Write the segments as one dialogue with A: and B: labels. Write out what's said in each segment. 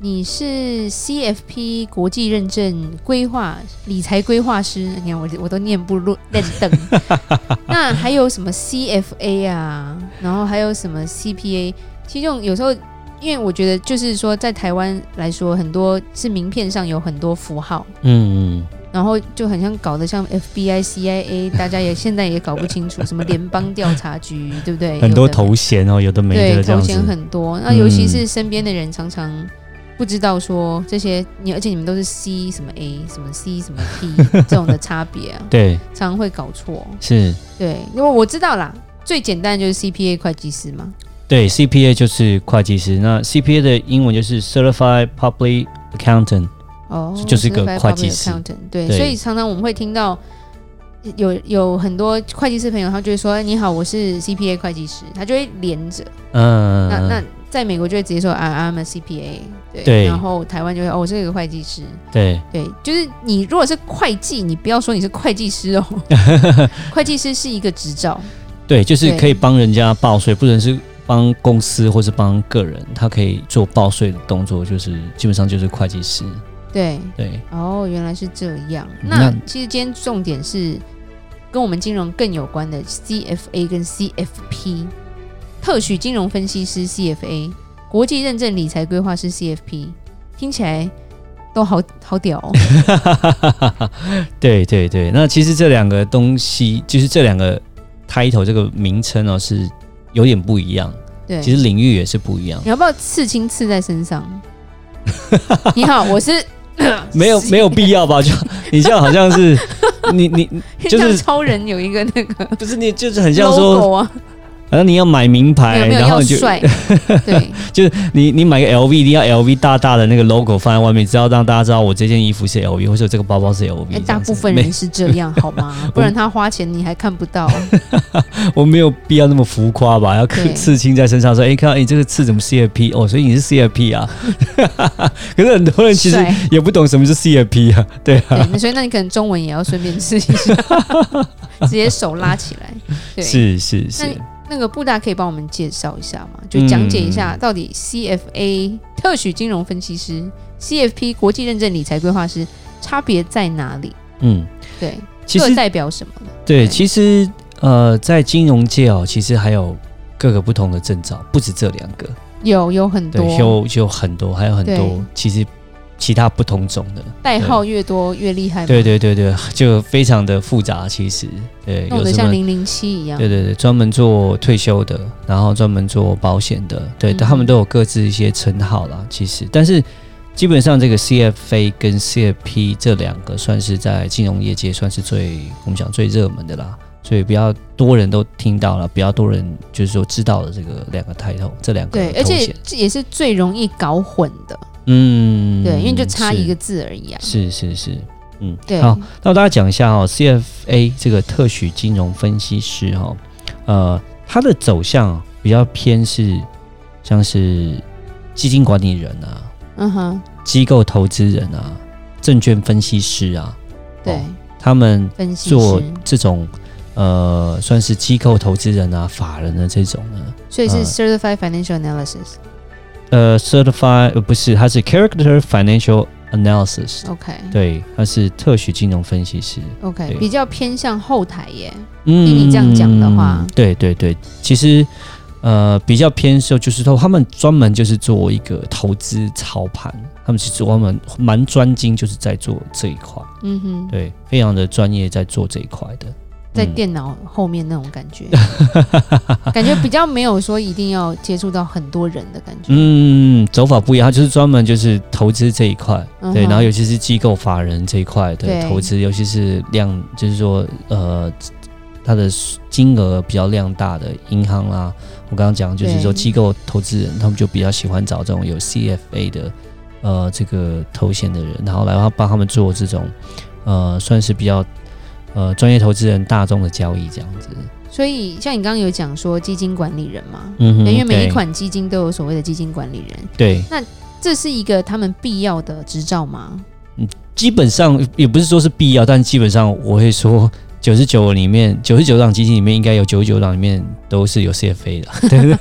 A: 你是 CFP 国际认证规划理财规划师，你看我我都念不 论认等。那还有什么 CFA 啊？然后还有什么 CPA？其实这种有时候，因为我觉得就是说，在台湾来说，很多是名片上有很多符号，
B: 嗯，
A: 然后就很像搞得像 FBI、CIA，大 家也现在也搞不清楚什么联邦调查局，对不 对？
B: 很多
A: 有的
B: 头衔哦，有的没
A: 对
B: 的这
A: 头
B: 样
A: 衔
B: 子，
A: 很多，那尤其
B: 嗯
A: 是身边的人常常不知道说这些，你而且你们都是 C 什么 A 什么 C 什么 P 这种的差别啊，
B: 对，
A: 常常会搞错。
B: 是
A: 对，因为我知道啦，最简单就是 CPA 会计师嘛，
B: 对 CPA 就是会计师，那 CPA 的英文就是 Certified Public Accountant，
A: 哦，
B: 就是个
A: certified
B: 会
A: public
B: 计师
A: accountant，对，
B: 对
A: 所以常常我们会听到。有有很多会计师朋友，他就会说：“哎你好，我是 CPA 会计师。”他就会连着。
B: 嗯，
A: 那那在美国就会直接说：“I am a CPA 对。
B: 对
A: 然后台湾就会：“哦，我是个会计师。”
B: 对，
A: 对，就是你如果是会计，你不要说你是会计师哦， 会计师是一个执照，
B: 对，就是
A: 对
B: 可以帮人家报税，不只是帮公司或是帮个人，他可以做报税的动作，就是基本上就是会计师。
A: 对，
B: 对，
A: 哦，原来是这样。
B: 那
A: 那其实今天重点是跟我们金融更有关的 CFA 跟 CFP，特许金融分析师 CFA，国际认证理财规划师 CFP，听起来都好好屌、 哦。
B: 对对对。那其实这两个东西，就是这两个 title 这个名称哦，是有点不一样，
A: 对，
B: 其实领域也是不一样
A: 你。要不要刺青刺在身上？ 你好，我是
B: 没 有没有必要吧？就 你这样好像是你你就是
A: 像超人有一个那个。
B: 不是你就是很像说，
A: logo 啊，
B: 好像你要买名
A: 没
B: 牌，
A: 有没有
B: 然
A: 要
B: 后你就
A: 帅，对
B: 你你买个 LV，一定要 LV 大大的那个 logo 放在外面，只要让大家知道我这件衣服是 LV，或者我这个包包是 LV 这
A: 哎
B: 样子。
A: 大部分
B: 没
A: 人是这样好 吗？不然他花钱你还看不到，
B: 我没有必要那么浮夸吧？要
A: 对
B: 刺刺青在身上说，哎、看到你这个刺怎么 CFP 哦，所以你是 CFP 啊。可是很多人其实
A: 帅
B: 也不懂什么是 CFP 啊，对啊，
A: 对，所以那你可能中文也要顺便试一下，直接手拉起来。对，
B: 是是
A: 那
B: 是
A: 你，那个布达可以帮我们介绍一下吗？就讲解一
B: 嗯
A: 下到底 CFA 特许金融分析师、CFP 国际认证理财规划师差别在哪里？
B: 嗯，
A: 对，
B: 其
A: 各
B: 实
A: 代表什么？
B: 对，其实呃，在金融界哦，其实还有各个不同的证照，不止这两个，
A: 有有很多
B: 对，有有很多，还有很
A: 对
B: 多，其实其他不同种的。
A: 代号越多越厉害吗？
B: 对对对对，就非常的复杂，其实对，
A: 弄
B: 有
A: 得
B: 什
A: 像
B: 么？
A: 零零七一样。
B: 对对对，专门做退休的，然后专门做保险的，对，
A: 嗯
B: 他们都有各自一些称号啦。其实，但是基本上这个 CFA 跟 CFP 这两个算是在金融业界算是最我们讲最热门的啦，所以比较多人都听到了，比较多人就是说知道了这个两个 title 这两个
A: 对，而
B: 头
A: 且
B: 衔
A: 这也是最容易搞混的，
B: 嗯，
A: 对，因为就差一
B: 是
A: 个字而已啊。
B: 是是是，嗯，
A: 对，
B: 好，那我大家讲一下哦，CFA 这个特许金融分析师哈、哦，呃，它的走向比较偏是像是基金管理人啊、
A: 嗯哼，
B: 机构投资人啊、证券分析师啊，
A: 对，
B: 哦他们
A: 分析
B: 做
A: 师，
B: 这种呃，算是机构投资人啊、法人的这种呢，
A: 所以是
B: 嗯
A: certified financial analysis。
B: 呃，certified 呃不是，它是 character financial analysis，
A: OK，
B: 对，它是特许金融分析师。
A: ，OK，
B: 对
A: 比较偏向后台耶。
B: 嗯
A: 你这样讲的话
B: 对对对，其实呃比较偏受就是说他们专门就是做一个投资操盘，他们其实我们蛮专精，就是在做这一块，
A: 嗯哼，
B: 对，非常的专业在做这一块的。
A: 在
B: 嗯
A: 电脑后面那种感觉， 感觉比较没有说一定要接触到很多人的感觉。
B: 嗯，走法不一样，他就是专门就是投资这一块，
A: 嗯
B: 对，
A: 哼
B: 然后尤其是机构法人这一块的
A: 对
B: 投资，尤其是量，就是说呃，它的金额比较量大的银行啦、我刚刚讲就是说
A: 对
B: 机构投资人，他们就比较喜欢找这种有 CFA 的呃这个头衔的人，然后来帮他们做这种呃算是比较呃专业投资人大众的交易这样子。
A: 所以像你刚刚有讲说基金管理人嘛，
B: 嗯哼
A: 因为每一
B: 对
A: 款基金都有所谓的基金管理人，
B: 对，
A: 这是一个他们必要的执 照吗？
B: 基本上也不是说是必要，但基本上我会说。 九十九里面，九十九档基金里面应该有九十九档里面都是有 CFA 的，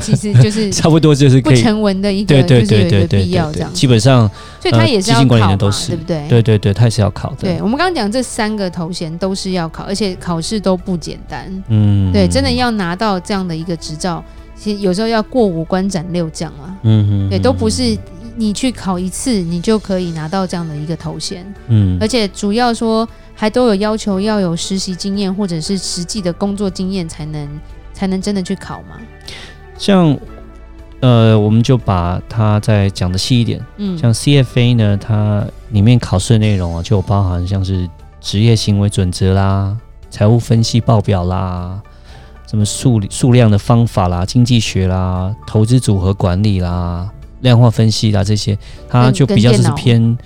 A: 其实就是
B: 差不多就是
A: 不
B: 可以。
A: 成文的一个，
B: 对对
A: 就是
B: 对
A: 有一
B: 对
A: 个
B: 对对
A: 必要这
B: 对
A: 样，，
B: 基本上
A: 所以他
B: 呃
A: 也是
B: 基
A: 要
B: 金管理
A: 考嘛，
B: 人都是
A: 对不对？
B: 对对对，它也是要考的。
A: 对，我们刚刚讲这三个头衔都是要考，而且考试都不简单。
B: 嗯，
A: 对，真的要拿到这样的一个执照，其实有时候要过五关斩六将啊。
B: 嗯，嗯
A: 对，都不，是你去考一次你就可以拿到这样的一个头衔，
B: 嗯
A: 而且主要说还都有要求要有实习经验或者是实际的工作经验才能才能真的去考嘛。
B: 像呃，我们就把它再讲的细一点，
A: 嗯，
B: 像 CFA 呢，它里面考试的内容啊，就有包含像是职业行为准则啦、财务分析报表啦、什么数数量的方法啦、经济学啦、投资组合管理啦、量化分析啦这些，它
A: 跟
B: 就比较就是偏。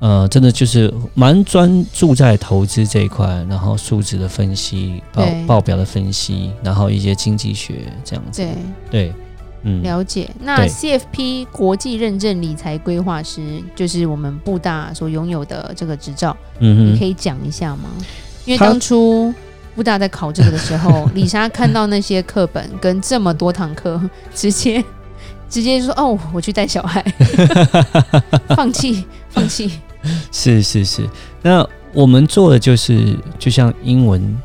B: 呃，真的就是蛮专注在投资这一块，然后数值的分析、报
A: 对
B: 报表的分析，然后一些经济学这样子。
A: 对，
B: 对，嗯，
A: 了解。那
B: 对
A: CFP 国际认证理财规划师就是我们布大所拥有的这个执照，
B: 嗯
A: 你可
B: 哼，
A: 以讲一下吗？因为
B: 他
A: 当初。布大在考这个的 时候，李莎看到那些课本跟这么多堂课， 直接直接就说：“哦，我去带小孩， 放弃，放弃。
B: 是是是。那我们做的就是，就像英文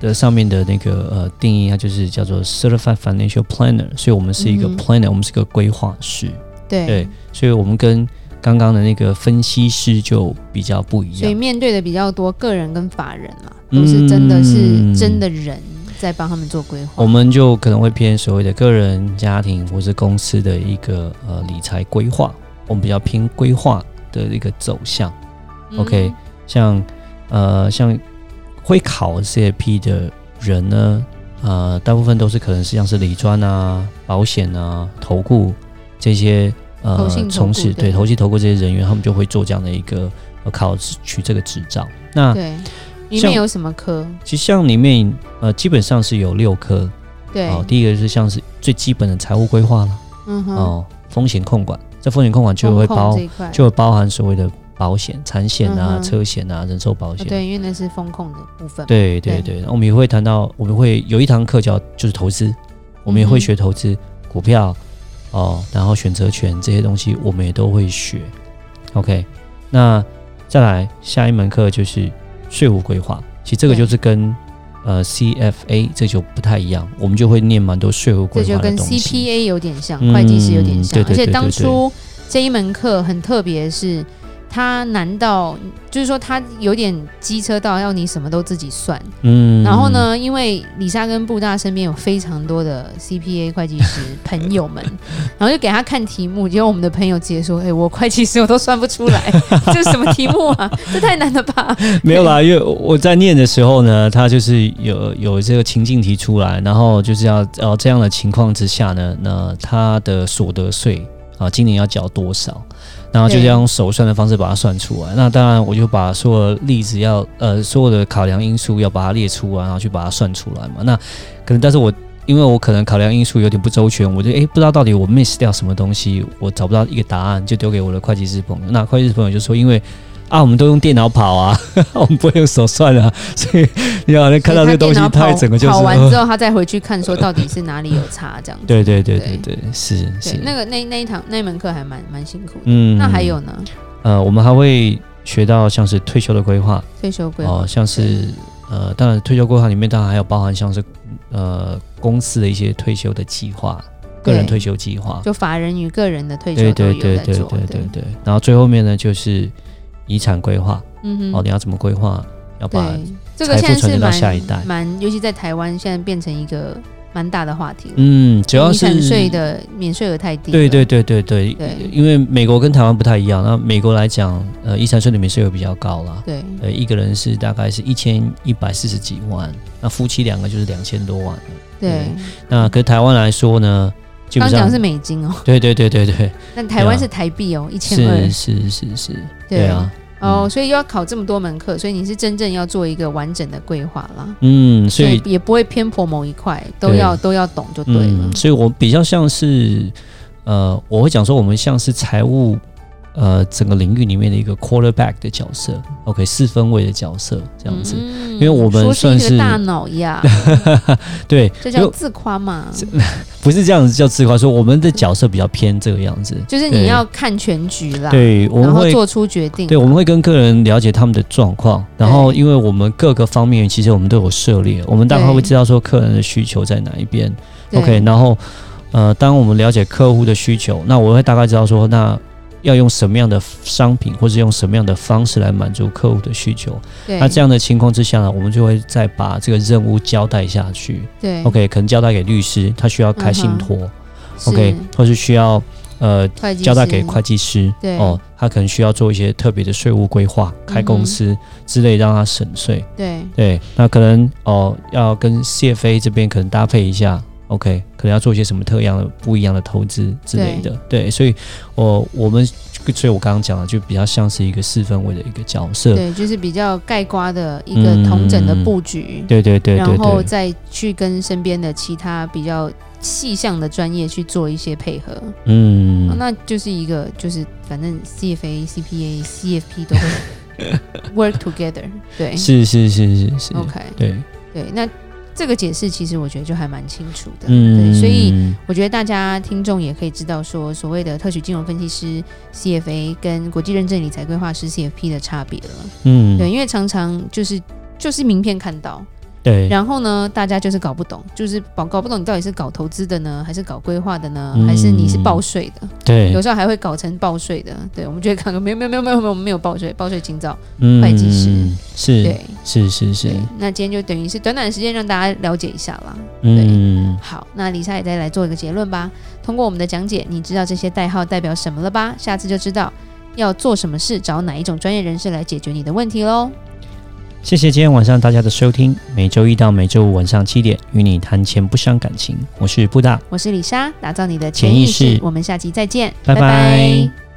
B: 的上面的那个呃定义，它就是叫做 Certified Financial Planner，所以我们是一个
A: 嗯哼
B: planner，、我们是个规划师，
A: 对”
B: 对所以我们跟刚刚的那个分析师就比较不一
A: 所以
B: 样。
A: 面对的比较多个人跟法人啦，都是真的是
B: 嗯
A: 真的人在帮他们做规划
B: 我。们就可能会偏所谓的个人、家庭或是公司的一个呃理财规划，我们比较偏规划的一个走向。
A: 嗯
B: OK，像呃像会考 CFP 的人呢，呃，大部分都是可能是像是理专啊、保险啊、投顾这些
A: 投
B: 呃
A: 信投
B: 从
A: 顾
B: 事
A: 对
B: 对投信投顾这些人员，他们就会做这样的一个呃考取这个执照。那
A: 对，里面
B: 像
A: 有什么科？
B: 其实像里面呃基本上是有六科
A: 对，
B: 哦，第一个是像是最基本的财务规划了、
A: 嗯哼，
B: 哦，风险控管，这风险控管就会
A: 风控
B: 包
A: 这一块，
B: 就会包含所谓的保险、产险啊、
A: 嗯哼
B: 车险啊、人寿保
A: 哦
B: 险。
A: 对，因为那是风控的部分。，
B: 对对
A: 对
B: 对，我们也会谈到，我们会有一堂课叫就是投资，我们也会
A: 嗯哼
B: 学投资、股票哦，然后选择权这些东西，我们也都会学。OK，那再来下一门课就是税务规划，其实这个
A: 对
B: 就是跟呃 CFA 这就不太一样，我们就会念蛮多税务规
A: 这
B: 划的
A: 就跟
B: 东西。
A: CPA 有点像，
B: 嗯
A: 会计师有点像。
B: 对对对
A: 而且当
B: 对对
A: 初这一门课很特别，是它难道就是说它有点机车到要你什么都自己算？
B: 嗯
A: 然后？呢，因为李莎跟布大身边有非常多的 CPA 会计师朋友 们，然后就给他看题目，结果我们的朋友直接说：“哎、我会计师我都算不出来， 这是什么题目 啊？这太难了吧
B: 没有啦，因为我在念的时候呢，它就是有有这个情境题出来，然后就是要呃这样的情况之下呢，那他的所得税啊，今年要缴多少，然后就是要用手算的方式把它算出来。那当然，我就把所有的例子要呃所有的考量因素要把它列出来，然后去把它算出来嘛。那可能，但是我。因为我可能考量因素有点不周全，我就诶不知道到底我 miss 掉什么东西，我找不到一个答案，就丢给我的会计师朋友。那会计师朋友就说，因为啊，我们都用电脑跑啊， 我们不会用手算啊， 所以你好像？”看到这
A: 所
B: 个
A: 以
B: 东西
A: 他，电脑
B: 他
A: 跑
B: 也整个就是
A: 跑完
B: 呃
A: 之后，他再回去看说到底是哪里有差这样子。
B: 对对对对对，是
A: 对
B: 是，
A: 那个那那一堂那一门课还蛮蛮辛苦的。
B: 嗯
A: 那还有呢，
B: 呃，我们还会学到像是退休的规划
A: 退休规划
B: 哦，像是呃，当然退休规划里面当然还有包含像是呃公司的一些退休的计划，个人
A: 对
B: 退休计划，
A: 就法人与个人的退休
B: 对
A: 都
B: 对
A: 有
B: 对
A: 在
B: 对
A: 做。
B: 对对对，然后最后面呢就是遗产规划
A: 嗯
B: 哦，
A: 哼，
B: 你要怎么规划，要把
A: 对，这个
B: 财富
A: 现在
B: 传
A: 是
B: 承到
A: 蛮
B: 下一代
A: 蛮，尤其在台湾现在变成一个蛮大的话题了。
B: 嗯，主要
A: 遗产
B: 是
A: 税的免税额太低了。
B: 对对对对对
A: 对，
B: 因为美国跟台湾不太一样，那美国来讲，呃，遗产税的免税额比较高啦，
A: 对
B: 呃，一个人是大概是一千一百四十几万，那夫妻两个就是两千多万。
A: 对，
B: 那跟台湾来说呢，基本
A: 刚讲
B: 上
A: 是美金哦，
B: 对对对对对，
A: 但台湾
B: 对啊
A: 是台币哦，一千二
B: 是。是是是，
A: 对
B: 啊，
A: 哦，所以又要考这么多门课，所以你是真正要做一个完整的规划啦，
B: 嗯，所以
A: 也不会偏颇某一块，都要都要懂就对啊了。
B: 嗯，所以我比较像是，呃，我会讲说我们像是财务，呃，整个领域里面的一个 quarterback 的角色，OK，四分位的角色这样子。
A: 嗯
B: 因为我们
A: 说
B: 算
A: 是一
B: 是
A: 个大脑 呀，
B: 对，
A: 这
B: 因
A: 叫
B: 为
A: 自夸嘛，
B: 不是这样子叫自夸，说我们的角色比较偏这个样子。
A: 就是
B: 对
A: 你要看全局啦，
B: 对，我
A: 啊然
B: 们
A: 后啊
B: 会
A: 做出决定。
B: 对，我们会跟客人了解他们的状况，然后因为我们各个方面其实我们都有涉猎，我们大概
A: 对
B: 会知道说客人的需求在哪一边。
A: 对
B: OK，然后呃，当我们了解客户的需求，那我会大概知道说，那要用什么样的商品，或是用什么样的方式来满足客户的需求。
A: 对，
B: 那这样的情况之下呢，我们就会再把这个任务交代下去。
A: 对嗯
B: OK，可能交代给律师，他需要开信托、
A: 是
B: OK，或是需要呃
A: 会计
B: 交代
A: 师
B: 给会计师，
A: 对
B: 哦，他可能需要做一些特别的税务规划，开
A: 嗯哼
B: 公司之类让他省税。
A: 对
B: 对，那可能哦要跟 CFA 这边可能搭配一下，OK，可能要做一些什么特样的、不一样的投资之类的。对，所以我我们，所以我刚刚讲的就比较像是一个四分位的一个角色。
A: 对，就是比较盖瓜的一个同整的布局，
B: 嗯对对对对
A: 然后
B: 对
A: 再去跟身边的其他比较细项的专业去做一些配合，
B: 嗯，
A: 哦那就是一个就是反正 CFA、CPA、CFP 都会 work together，对
B: 是是是是是
A: ，OK，
B: 对，
A: 对，那这个解释其实我觉得就还蛮清楚的，
B: 嗯，
A: 对，所以。我觉得大家听众也可以知道说，所谓的特许金融分析师 CFA 跟国际认证理财规划师 CFP 的差别了。
B: 嗯，
A: 对，因为常常就是就是名片看到，
B: 对，
A: 然后呢，大家就是搞不懂，就是搞搞不懂你到底是搞投资的呢，还是搞规划的呢，
B: 嗯
A: 还是你是报税的？
B: 对
A: 有时候还会搞成报税的。对，我们就会看个没有没有没有没有没有我们没有报税，报税清照。
B: 嗯
A: 会计师
B: 是
A: 对
B: 是是是
A: 对，，那今天就等于是短短的时间让大家了解一下啦。
B: 嗯，
A: 好，那李莎也再来做一个结论吧。通过我们的讲解，你知道这些代号代表什么了吧？下次就知道要做什么事，找哪一种专业人士来解决你的问题喽。
B: 谢谢今天晚上大家的收听，每周一到每周五晚上七点与你谈钱不伤感情，我是布大。
A: 我是李莎，打造你的
B: 潜
A: 潜意
B: 意
A: 识
B: 识。
A: 我们下期再见，
B: 拜拜